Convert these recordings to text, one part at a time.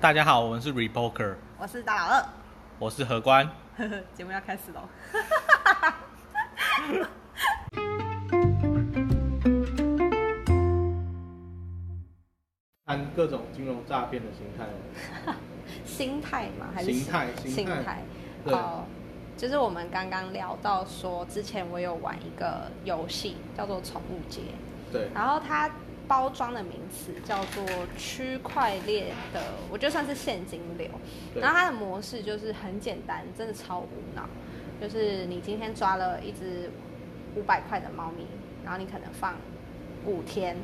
大家好，我们是 Repoker，我是大老二我是何官。呵呵， 节目要开始喽。谈各种金融诈骗的形态哦，心态嘛，还是形态心形态态。对哦，就是我们刚刚聊到说，之前我有玩一个游戏叫做《宠物街》，对，然后它包装的名词叫做区块链的，我觉得算是现金流。对然后它的模式就是很简单，真的超无脑，就是你今天抓了一只五百块的猫咪，然后你可能放五天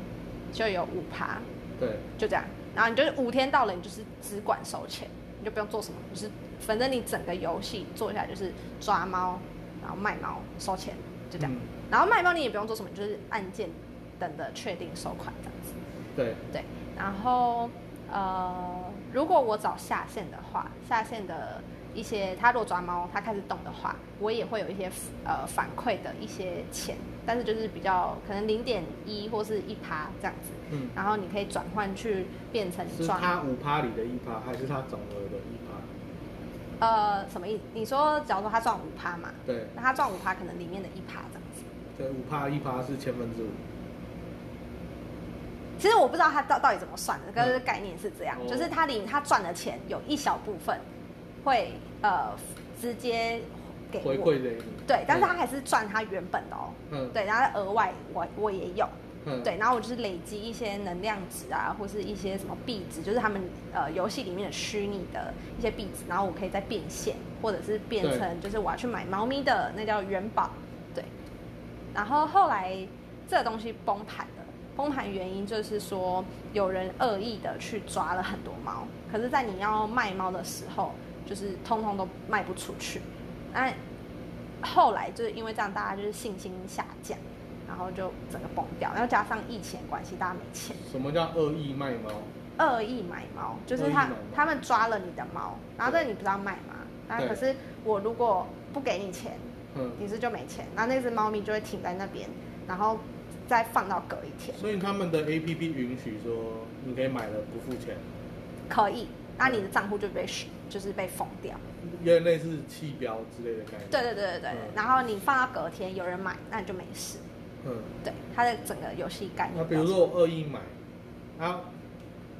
就有五趴，对，就这样。然后你就是五天到了，你就是只管收钱，你就不用做什么，就是反正你整个游戏做下来就是抓猫，然后卖猫收钱，就这样。嗯然后卖猫你也不用做什么，你就是按键等着确定收款这样子。嗯对，对，然后呃，如果我找下线的话，下线的一些他如果抓猫，他开始动的话，我也会有一些呃反馈的一些钱，但是就是比较可能零点一或是一趴这样子，嗯，然后你可以转换去变成是抓他五趴里的一趴，还是他总额的一趴？呃什么意？你说假如说他赚五趴嘛，对，那他赚五趴可能里面的一趴这样子。这五趴一趴是千分之五，其实我不知道他到到底怎么算的，但是嗯概念是这样，哦就是他领他赚的钱有一小部分会呃直接给回我，馈给你，对，但是他嗯还是赚他原本的哦，嗯，对，然后额外我我也有，嗯，对，然后我就是累积一些能量值啊，或是一些什么币值，就是他们呃游戏里面的虚拟的一些币值，然后我可以再变现，或者是变对成就是我要去买猫咪的那叫元宝，对。然后后来这个东西崩盘了，崩盘原因就是说有人恶意的去抓了很多猫，可是，在你要卖猫的时候，就是通通都卖不出去，那后来就是因为这样，大家就是信心下降，然后就整个崩掉。然后加上疫情的关系，大家没钱，什么叫恶意卖猫？恶意买猫，就是恶意他买猫他们抓了你的猫，然后这对你不知道卖吗？那对可是我如果不给你钱，嗯，你是就没钱，然后那只猫咪就会停在那边，然后再放到隔一天，所以他们的 A P P 允许说你可以买了不付钱，可以，那你的账户就被就是被封掉。有点类似弃标之类的概念，对，对对对对，嗯然后你放到隔天有人买，那你就没事。嗯，对，它的整个游戏概念那到这比样。如说我恶意买，啊，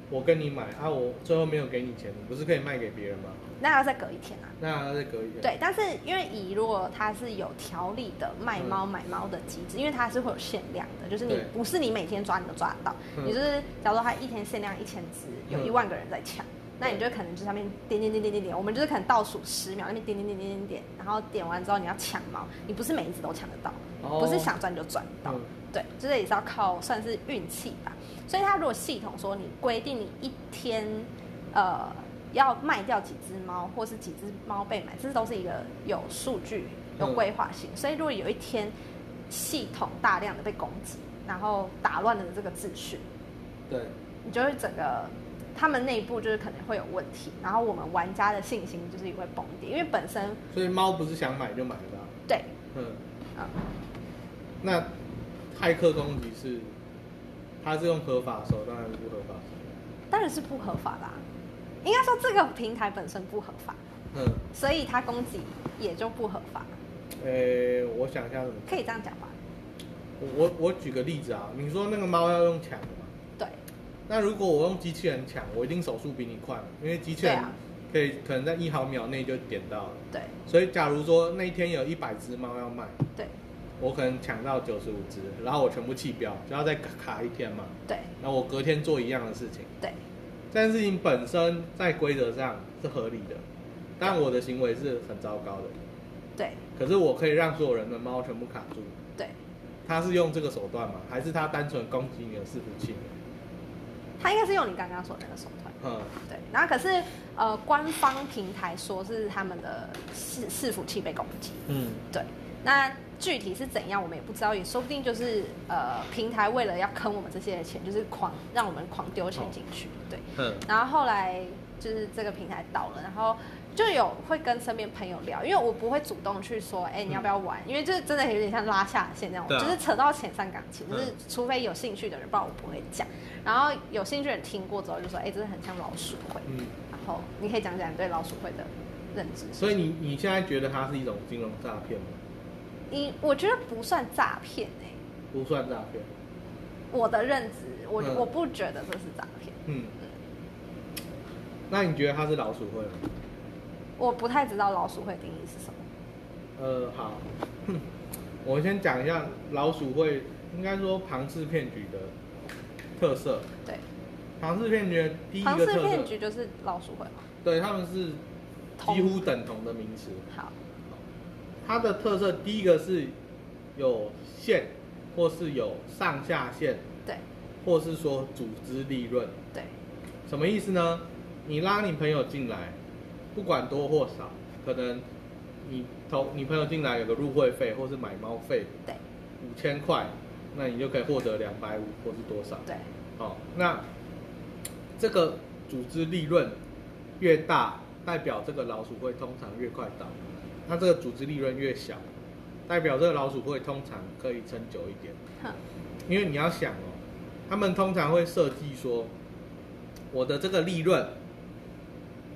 我跟你买啊，我最后没有给你钱，你不是可以卖给别人吗？那要再隔一天啊。那再隔一天，对，但是因为以如果它是有条理的卖猫买猫的机制，因为它是会有限量的，就是你嗯对不是你每天抓你都抓得到，嗯你就是假如说它一天限量一千只，有嗯一万个人在抢，那你就可能就上面点点点点点点，我们就是可能倒数十秒那边点点点点点点，然后点完之后你要抢猫，你不是每一只都抢得到，哦不是想赚就赚到，嗯对，就是也是要靠算是运气吧。所以它如果系统说你规定你一天，呃，要卖掉几只猫，或是几只猫被买，这都是一个有数据、有嗯规划性。所以如果有一天系统大量的被攻击，然后打乱了这个秩序，对，你就会整个他们内部就是可能会有问题，然后我们玩家的信心就是也会崩跌，因为本身所以猫不是想买就买的啊、对，嗯，啊、那骇客攻击是，它是用合法手段还是不合法手当然是不合法啦、应该说这个平台本身不合法，段？所以它攻击也就不合法，嗯，诶、我想一下怎么，可以这样讲吧？我我我举个例子啊，你说那个猫要用抢的嘛？对，那如果我用机器人抢，我一定手速比你快嘛，因为机器对人啊可以可能在一毫秒内就点到了。对，所以假如说那一天有一百只猫要卖，对，我可能抢到九十五只，然后我全部弃标，就要再卡卡一天嘛，对，然后我隔天做一样的事情。对，这件事情本身在规则上是合理的，但我的行为是很糟糕的。对，可是我可以让所有人的猫全部卡住，对。他是用这个手段吗？还是他单纯攻击你的伺服器？它应该是用你刚刚说的那个手段。嗯，对，然后可是呃，官方平台说是他们的伺伺服器被攻击，嗯，对，那具体是怎样我们也不知道，也说不定就是呃，平台为了要坑我们这些钱，就是狂让我们狂丢钱进去，对，嗯，然后后来就是这个平台倒了，然后就有会跟身边朋友聊，因为我不会主动去说，哎、你要不要玩？因为就是真的有点像拉下线那种，对啊就是扯到前三港情，就是嗯除非有兴趣的人，不然我不会讲。然后有兴趣的人听过之后就说，哎、真的很像老鼠会。嗯，然后你可以讲讲你对老鼠会的认知。所以你你现在觉得它是一种金融诈骗吗？你我觉得不算诈骗哎、不算诈骗。我的认知，我、嗯我不觉得这是诈骗，嗯，那你觉得它是老鼠会吗？我不太知道老鼠会的定义是什么。呃，好，哼我先讲一下老鼠会，应该说庞氏骗局的特色。对，庞氏骗局的第一庞个氏特骗色局，就是老鼠会嘛。对，他们是同几乎等同的名词。好，它的特色第一个是有线，或是有上下线，对或是说组织利润。对什么意思呢？你拉你朋友进来，不管多或少，可能你投你朋友进来有个入会费或是买猫费对五千块，那你就可以获得两百五或是多少。对，好、那这个组织利润越大，代表这个老鼠会通常越快倒；那这个组织利润越小，代表这个老鼠会通常可以撑久一点。哼，因为你要想哦，他们通常会设计说，我的这个利润，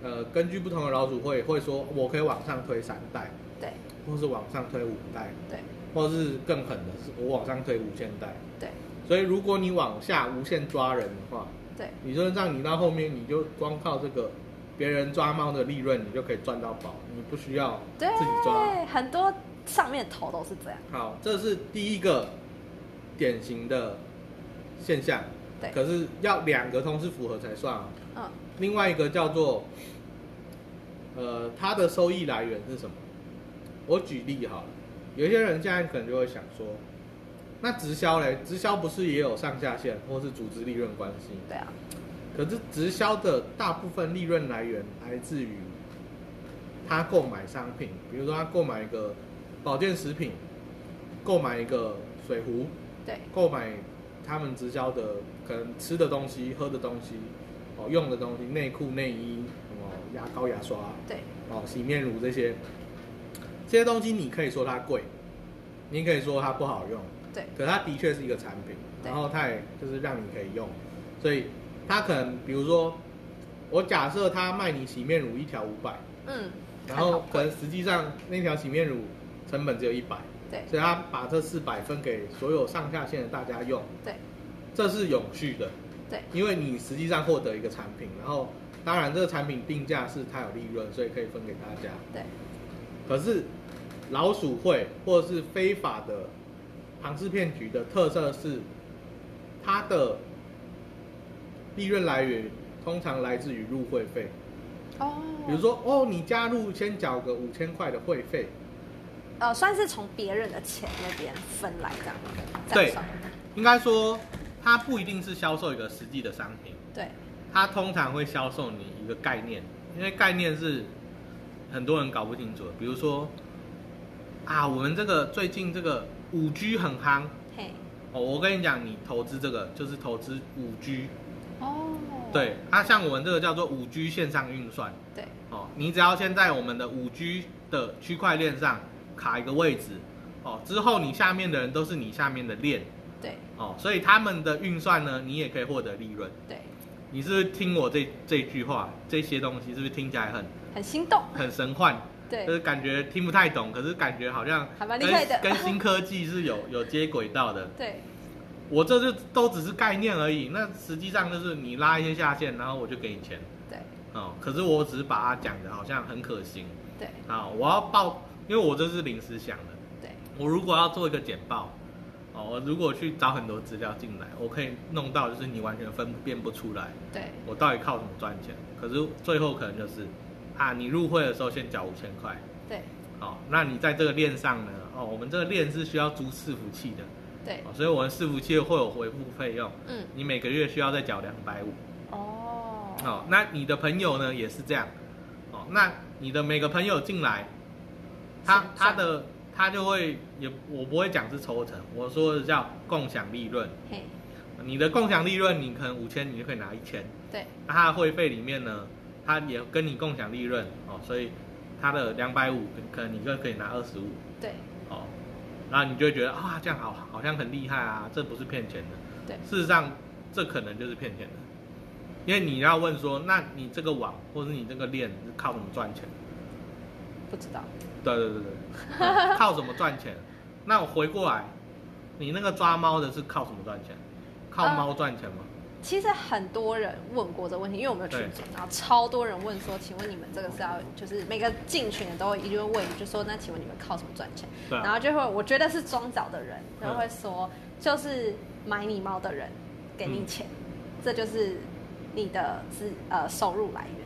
呃，根据不同的老鼠会会说，我可以往上推三代，对或是往上推五代，对或是更狠的是我往上推无限代。对所以如果你往下无限抓人的话，对理论上你到后面你就光靠这个别人抓猫的利润，你就可以赚到宝，你不需要自己抓。对，很多上面的头都是这样。好，这是第一个典型的现象。对可是要两个同时符合才算啊。嗯，另外一个叫做，呃，它的收益来源是什么？我举例好了，有一些人现在可能就会想说，那直销嘞，直销不是也有上下线或是组织利润关系？对啊，可是直销的大部分利润来源来自于他购买商品，比如说他购买一个保健食品，购买一个水壶，对购买他们直销的可能吃的东西、喝的东西、哦用的东西，内裤、内衣、什么牙膏、牙刷、对哦洗面乳这些，这些东西你可以说它贵，你也可以说它不好用，对可它的确是一个产品，对然后它也就是让你可以用，所以它可能比如说，我假设它卖你洗面乳一条五百，嗯，然很后好可能实际上那条洗面乳成本只有一百，对所以它把这四百分给所有上下线的大家用，对这是永续的，对因为你实际上获得一个产品，然后当然这个产品定价是它有利润，所以可以分给大家。对可是老鼠会或者是非法的庞氏骗局的特色是，它的利润来源通常来自于入会费，哦，比如说哦，你加入先缴个五千块的会费，呃，算是从别人的钱那边分来这样这对样算应该说它不一定是销售一个实际的商品，对它通常会销售你一个概念，因为概念是很多人搞不清楚的，比如说啊，我们这个最近这个五 G 很夯。嘿哦，我跟你讲，你投资这个就是投资五 G，哦对，啊，像我们这个叫做五 G 线上运算，对哦，你只要先在我们的五 G 的区块链上卡一个位置，哦，之后你下面的人都是你下面的链，对哦，所以他们的运算呢，你也可以获得利润。对，你是不是听我这这句话，这些东西是不是听起来很很心动，很神幻？对就是感觉听不太懂，可是感觉好像还蛮厉害的跟跟新科技是有 有接轨到的。 对我这就都只是概念而已，那实际上就是你拉一些下线，然后我就给你钱，对哦，可是我只是把它讲的好像很可行对啊、我要报，因为我这是临时想的，对我如果要做一个简报，哦，我如果去找很多资料进来，我可以弄到就是你完全分辨不出来，对我到底靠什么赚钱，可是最后可能就是，啊，你入会的时候先缴五千块，对哦，那你在这个链上呢，哦，我们这个链是需要租伺服器的，对，哦，所以我们伺服器会有回复费用。嗯你每个月需要再缴两百五。哦哦，那你的朋友呢也是这样。哦，那你的每个朋友进来，他是他的他就会也我不会讲是抽成，我说的叫共享利润。嘿你的共享利润，你可能五千，你就可以拿一千。对那他的会费里面呢，他也跟你共享利润哦，所以他的两百五可能你就可以拿二十五对哦，然后你就会觉得啊、这样好好像很厉害啊，这不是骗钱的。对事实上这可能就是骗钱的，因为你要问说，那你这个网或者你这个链是靠什么赚钱？不知道，对对对对， 嗯靠什么赚钱？那我回过来，你那个抓猫的是靠什么赚钱？靠啊猫赚钱吗？其实很多人问过这个问题，因为我们有群组，然后超多人问说，请问你们这个是要，就是每个进群的都一定会问，就说那请问你们靠什么赚钱？对然啊，后就会我觉得是装脚的人，嗯然后会说就是买你猫的人给你钱，嗯这就是你的资呃收入来源。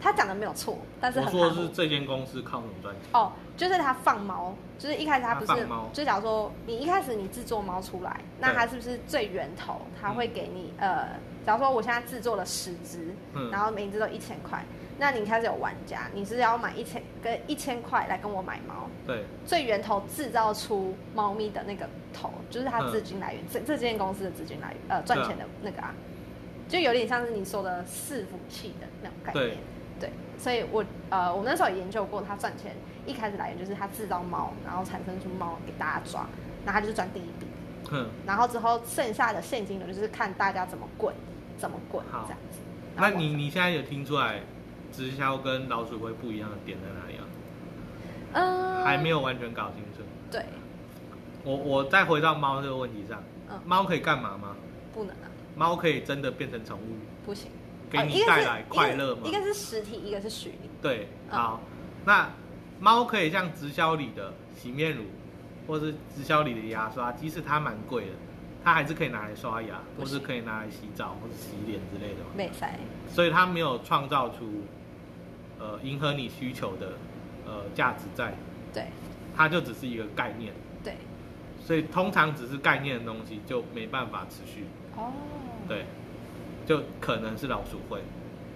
他讲的没有错，但是我很说含糊是这间公司靠什么赚钱？哦，就是他放猫，就是一开始他不他是放猫，就假如说你一开始你制作猫出来，那对它是不是最源头？他会给你、呃，假如说我现在制作了十只，嗯然后每一只都一千块，那你开始有玩家，你是要买一千跟一千块来跟我买猫，对，最源头制造出猫咪的那个头，就是它嗯资金来源，这这间公司的资金来源，呃，赚钱的那个啊，就有点像是你说的伺服器的那种概念。对，所以我呃，我那时候也研究过，它赚钱一开始来源就是它制造猫，然后产生出猫给大家抓，然后它就是赚第一笔，哼，然后之后剩下的现金流就是看大家怎么滚，怎么滚好这样子。那然后你你现在有听出来直销跟老鼠会不一样的点在哪里啊？嗯，还没有完全搞清楚。对，我我再回到猫这个问题上，嗯，猫可以干嘛吗？不能啊，猫可以真的变成宠物，不行，给呃一你个带是来一个快乐吗？一个是实体，一个是虚拟。对，嗯好，那猫可以像直销里的洗面乳，或是直销里的牙刷，即使它蛮贵的，它还是可以拿来刷牙，不或行是可以拿来洗澡，或是洗脸之类的嘛。没塞，所以它没有创造出，呃，迎合你需求的，呃，价值在，对它就只是一个概念。对，所以通常只是概念的东西就没办法持续，哦，，对，就可能是老鼠会，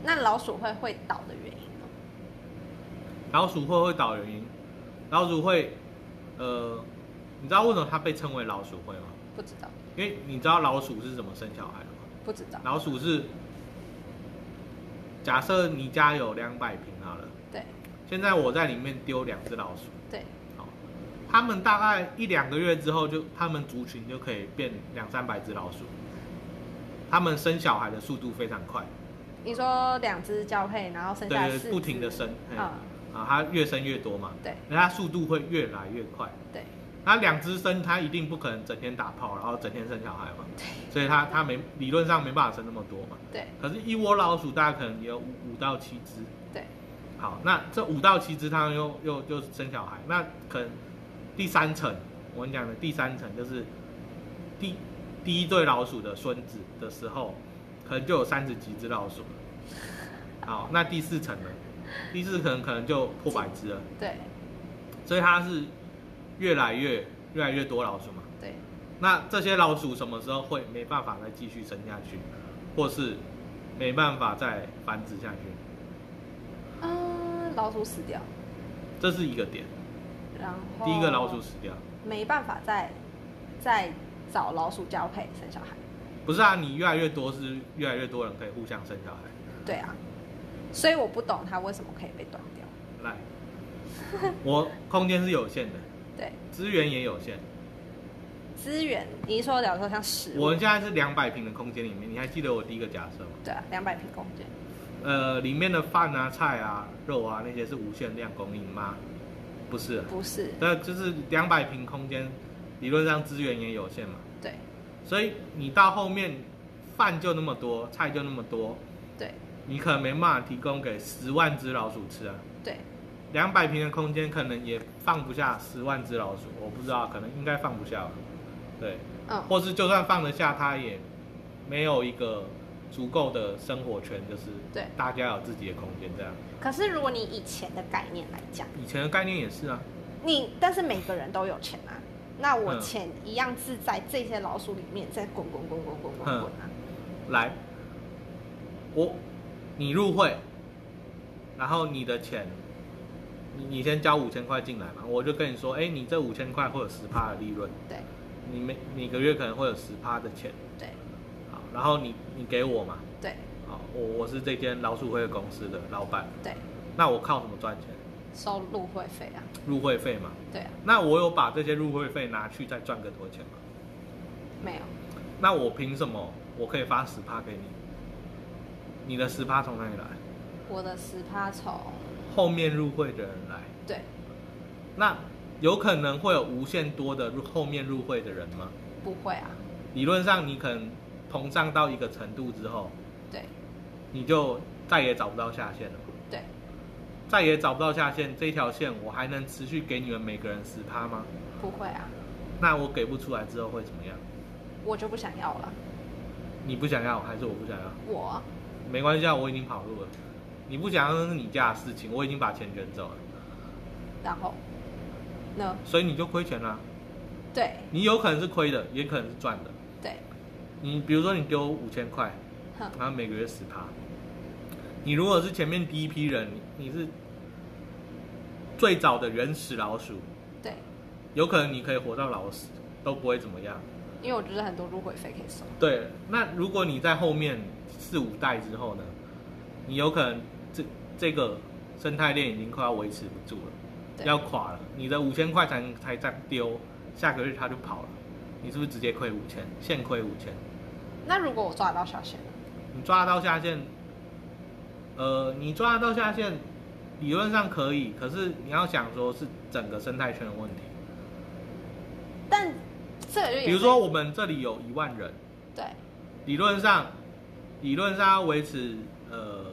那老鼠会会倒的原因呢？老鼠会会倒原因，老鼠会，呃，你知道为什么它被称为老鼠会吗？不知道，因为你知道老鼠是怎么生小孩的吗？不知道，老鼠是，假设你家有两百平好了，对现在我在里面丢两只老鼠，对，好，它哦们大概一两个月之后就，它们族群就可以变两三百只老鼠，它们生小孩的速度非常快，你说两只交配，然后剩对下对四对，只不停的生，嘿嗯，啊，它越生越多嘛，对那它速度会越来越快。对那两只生，它一定不可能整天打炮，然后整天生小孩嘛，所以它它没理论上没办法生那么多嘛。对可是，一窝老鼠大概可能有五五到七只。对，好，那这五到七只，它们又又又生小孩，那可能第三层，我跟你讲的第三层就是第第一对老鼠的孙子的时候，可能就有三十几只老鼠了。好，那第四层呢？第四层可能就破百只了，对所以它是越来越越来越多老鼠嘛。对那这些老鼠什么时候会没办法再继续生下去，或是没办法再繁殖下去？嗯，老鼠死掉，这是一个点。然后第一个老鼠死掉，没办法再再找老鼠交配生小孩，不是啊，你越来越多是越来越多人可以互相生小孩。对啊，所以我不懂它为什么可以被断掉，来，我空间是有限的，对，资源也有限。资源，你一说假如说像食我物们，现在是两百平的空间里面，你还记得我第一个假设吗？对啊，两百平空间，呃，里面的饭啊、菜啊、肉啊那些是无限量供应吗？不是啊，不是，那就是两百平空间，理论上资源也有限嘛。对所以你到后面饭就那么多，菜就那么多，对你可能没办法提供给十万只老鼠吃啊。对，两百平的空间可能也放不下十万只老鼠，我不知道，可能应该放不下吧。对，嗯。或是就算放得下，它也没有一个足够的生活圈，就是对大家有自己的空间这样。可是如果你以前的概念来讲，以前的概念也是啊，你但是每个人都有钱啊，那我嗯钱一样是在这些老鼠里面在滚滚滚滚滚滚滚啊，来，我你入会，然后你的钱，你你先交五千块进来嘛，我就跟你说，哎，你这五千块会有十趴的利润，对你每每个月可能会有十趴的钱，对好，然后你你给我嘛，对好，我我是这间老鼠会公司的老板，对，那我靠什么赚钱？收入会费啊，入会费嘛。对啊，那我有把这些入会费拿去再赚更多钱吗？没有，那我凭什么我可以发十趴给你？你的十趴从哪里来？我的十趴从后面入会的人来，对那有可能会有无限多的入后面入会的人吗？不会啊，理论上你可能膨胀到一个程度之后，对你就再也找不到下线了，对再也找不到下线，这条线我还能持续给你们每个人十趴吗？不会啊，那我给不出来之后会怎么样？我就不想要了，你不想要还是我不想要？我没关系啊，我已经跑路了。你不想要那是你家的事情，我已经把钱卷走了，然后呢，所以你就亏钱啦、对你有可能是亏的，也可能是赚的。对，你比如说你丢五千块，哼，然后每个月十趴。你如果是前面第一批人，你你是最早的原始老鼠，对，有可能你可以活到老死都不会怎么样。因为我就是很多入会费可以收，对，那如果你在后面四五代之后呢，你有可能这这个生态链已经快要维持不住了，对，要垮了，你的五千块才能才再丢，下个月他就跑了，你是不是直接亏五千，现亏五千？那如果我抓得到小贤呢？你抓得到下线，呃，你抓得到下线，理论上可以，可是你要想说是整个生态圈的问题。但这个就也是比如说我们这里有一万人，对理论上，理论上要维持，呃，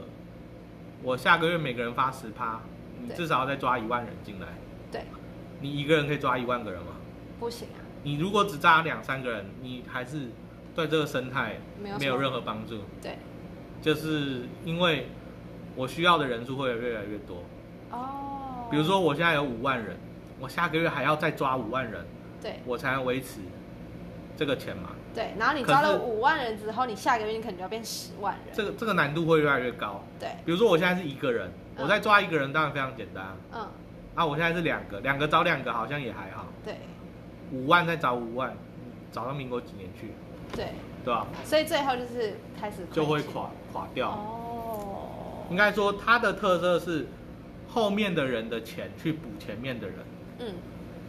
我下个月每个人发十趴，你对至少要再抓一万人进来。对你一个人可以抓一万个人吗？不行啊，你如果只抓两三个人，你还是对这个生态没有没有什么任何帮助，对就是因为我需要的人数会越来越多。哦，比如说我现在有五万人，我下个月还要再抓五万人，对我才能维持这个钱嘛。对，然后你可抓是了五万人之后，你下个月你可能就要变十万人，这个这个难度会越来越高。对，比如说我现在是一个人，嗯我再抓一个人当然非常简单嗯啊。我现在是两个，两个找两个好像也还好，对五万再找五万，找到民国几年去，对，对吧？所以最后就是开始就会钱垮垮掉。哦，应该说它的特色是后面的人的钱去补前面的人，嗯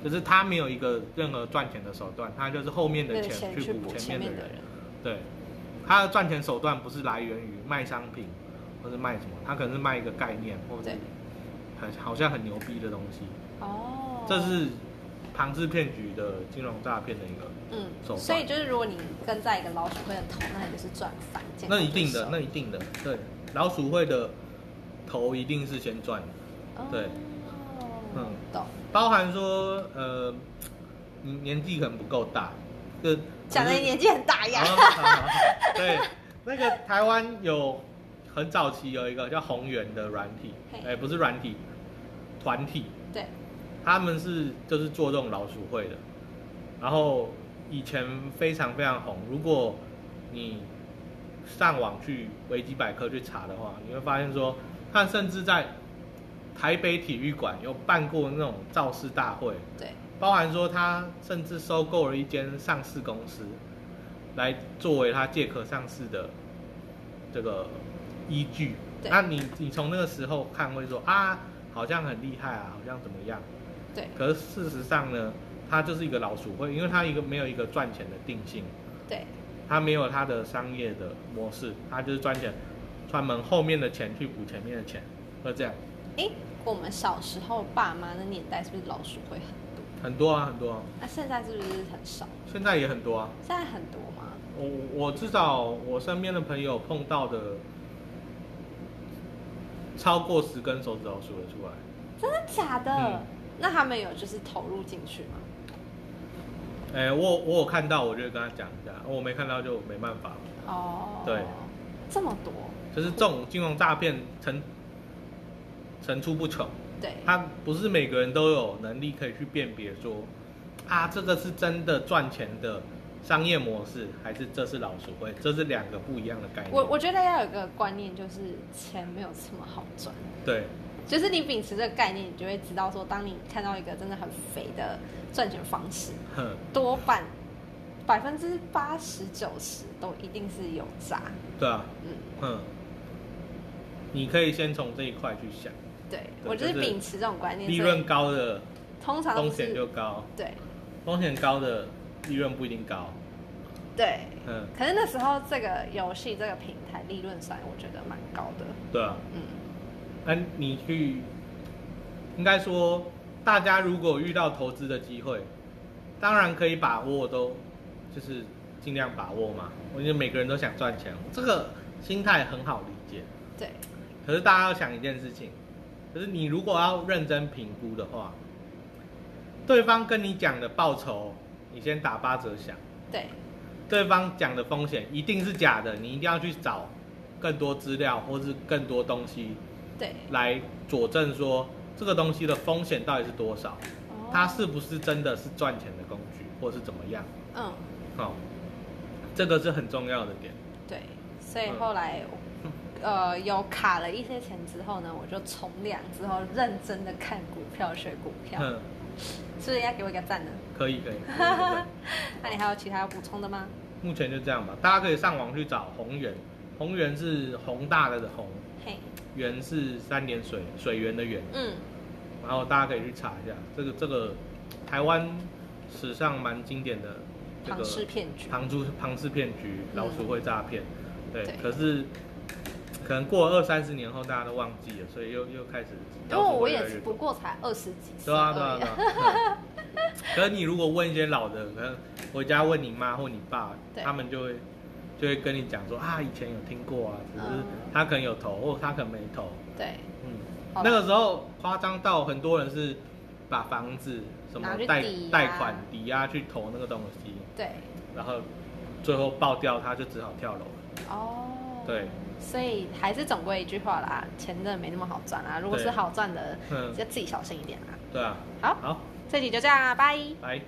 就是他没有一个任何赚钱的手段，他就是后面的那个钱钱去去补补前前面面的的人。人，对，他的赚钱手段不是来源于卖商品，或是卖什么，他可能是卖一个概念，或者对很好像很牛逼的东西。哦，这是庞氏骗局的金融诈骗的一个，嗯手，段所以就是如果你跟在一个老鼠会的头，那你就是赚翻，见那光一定就的收，那一定的，对，老鼠会的头一定是先赚的，对哦嗯懂。包含说呃，你年纪可能不够大，就讲的可是年纪很大一样，好好好好对，那个台湾有很早期有一个叫宏源的软体，嘿哎、不是软体，团体，对，他们是就是做这种老鼠会的，然后以前非常非常红。如果你上网去维基百科去查的话，你会发现说，他甚至在台北体育馆有办过那种造势大会，对，包含说他甚至收购了一间上市公司，来作为他借壳上市的这个依据。对那你你从那个时候看会说啊，好像很厉害啊，好像怎么样？对，可是事实上呢，它就是一个老鼠会，因为它一个没有一个赚钱的定性，对，它没有它的商业的模式，它就是赚钱，专门后面的钱去补前面的钱，就这样，哎，我们小时候爸妈的年代是不是老鼠会很多？很多啊，很多、啊，那现在是不是很少？现在也很多啊。现在很多吗？我我至少我身边的朋友碰到的，超过十根手指头数得出来。真的假的？嗯那他们有就是投入进去吗？哎、我我有看到，我就跟他讲一下；我没看到就没办法。哦，对，这么多，就是这种金融诈骗层层出不穷，对，他不是每个人都有能力可以去辨别说，啊，这个是真的赚钱的商业模式，还是这是老鼠会，这是两个不一样的概念。我我觉得要有一个观念，就是钱没有这么好赚。对就是你秉持这个概念，你就会知道说，当你看到一个真的很肥的赚钱方式，哼多半百分之八十九十都一定是有诈。对啊，嗯，嗯，你可以先从这一块去想，对对我就是就是秉持这种观念，利所以润高的通常风是险就高，对风险高的利润不一定高。对。嗯，可是那时候这个游戏这个平台利润算我觉得蛮高的，对啊，嗯，那你去，应该说，大家如果遇到投资的机会，当然可以把握都，就是尽量把握嘛。我觉得每个人都想赚钱，这个心态很好理解。对可是大家要想一件事情，就是你如果要认真评估的话，对方跟你讲的报酬，你先打八折想；对对方讲的风险一定是假的，你一定要去找更多资料或是更多东西对，来佐证说这个东西的风险到底是多少，哦它是不是真的是赚钱的工具，或是怎么样？嗯哦，这个是很重要的点。对，所以嗯后来。呃，有卡了一些钱之后呢，我就从良之后认真的看股票、学股票，嗯，是不是要给我一个赞呢？可以可以。可以可以那你还有其他要补充的吗？目前就这样吧，大家可以上网去找宏源，宏源是宏大的宏，嘿，源是三点水水源的源，嗯，然后大家可以去查一下这个这个台湾史上蛮经典的这庞个氏骗局，庞猪庞氏骗局、嗯老鼠会诈骗，对，对可是可能过了二三十年后，大家都忘记了，所以又又开始因为老鼠哦我会越来也越是哦多不过才二十几岁对啊，对而啊，已对。啊。 对可是你如果问一些老的，可能回家问你妈或你爸，对他们就会就会跟你讲说啊，以前有听过啊，只是嗯他可能有投或他可能没投。对，嗯，好吧那个时候夸张到很多人是把房子什么拿去贷抵押贷款抵押去投那个东西，对，然后最后爆掉，他就只好跳楼了。哦，对，所以还是总归一句话啦，钱真的没那么好赚啊。如果是对好赚的，嗯要自己小心一点啊。对啊，好，好，这集就这样啦，拜。来。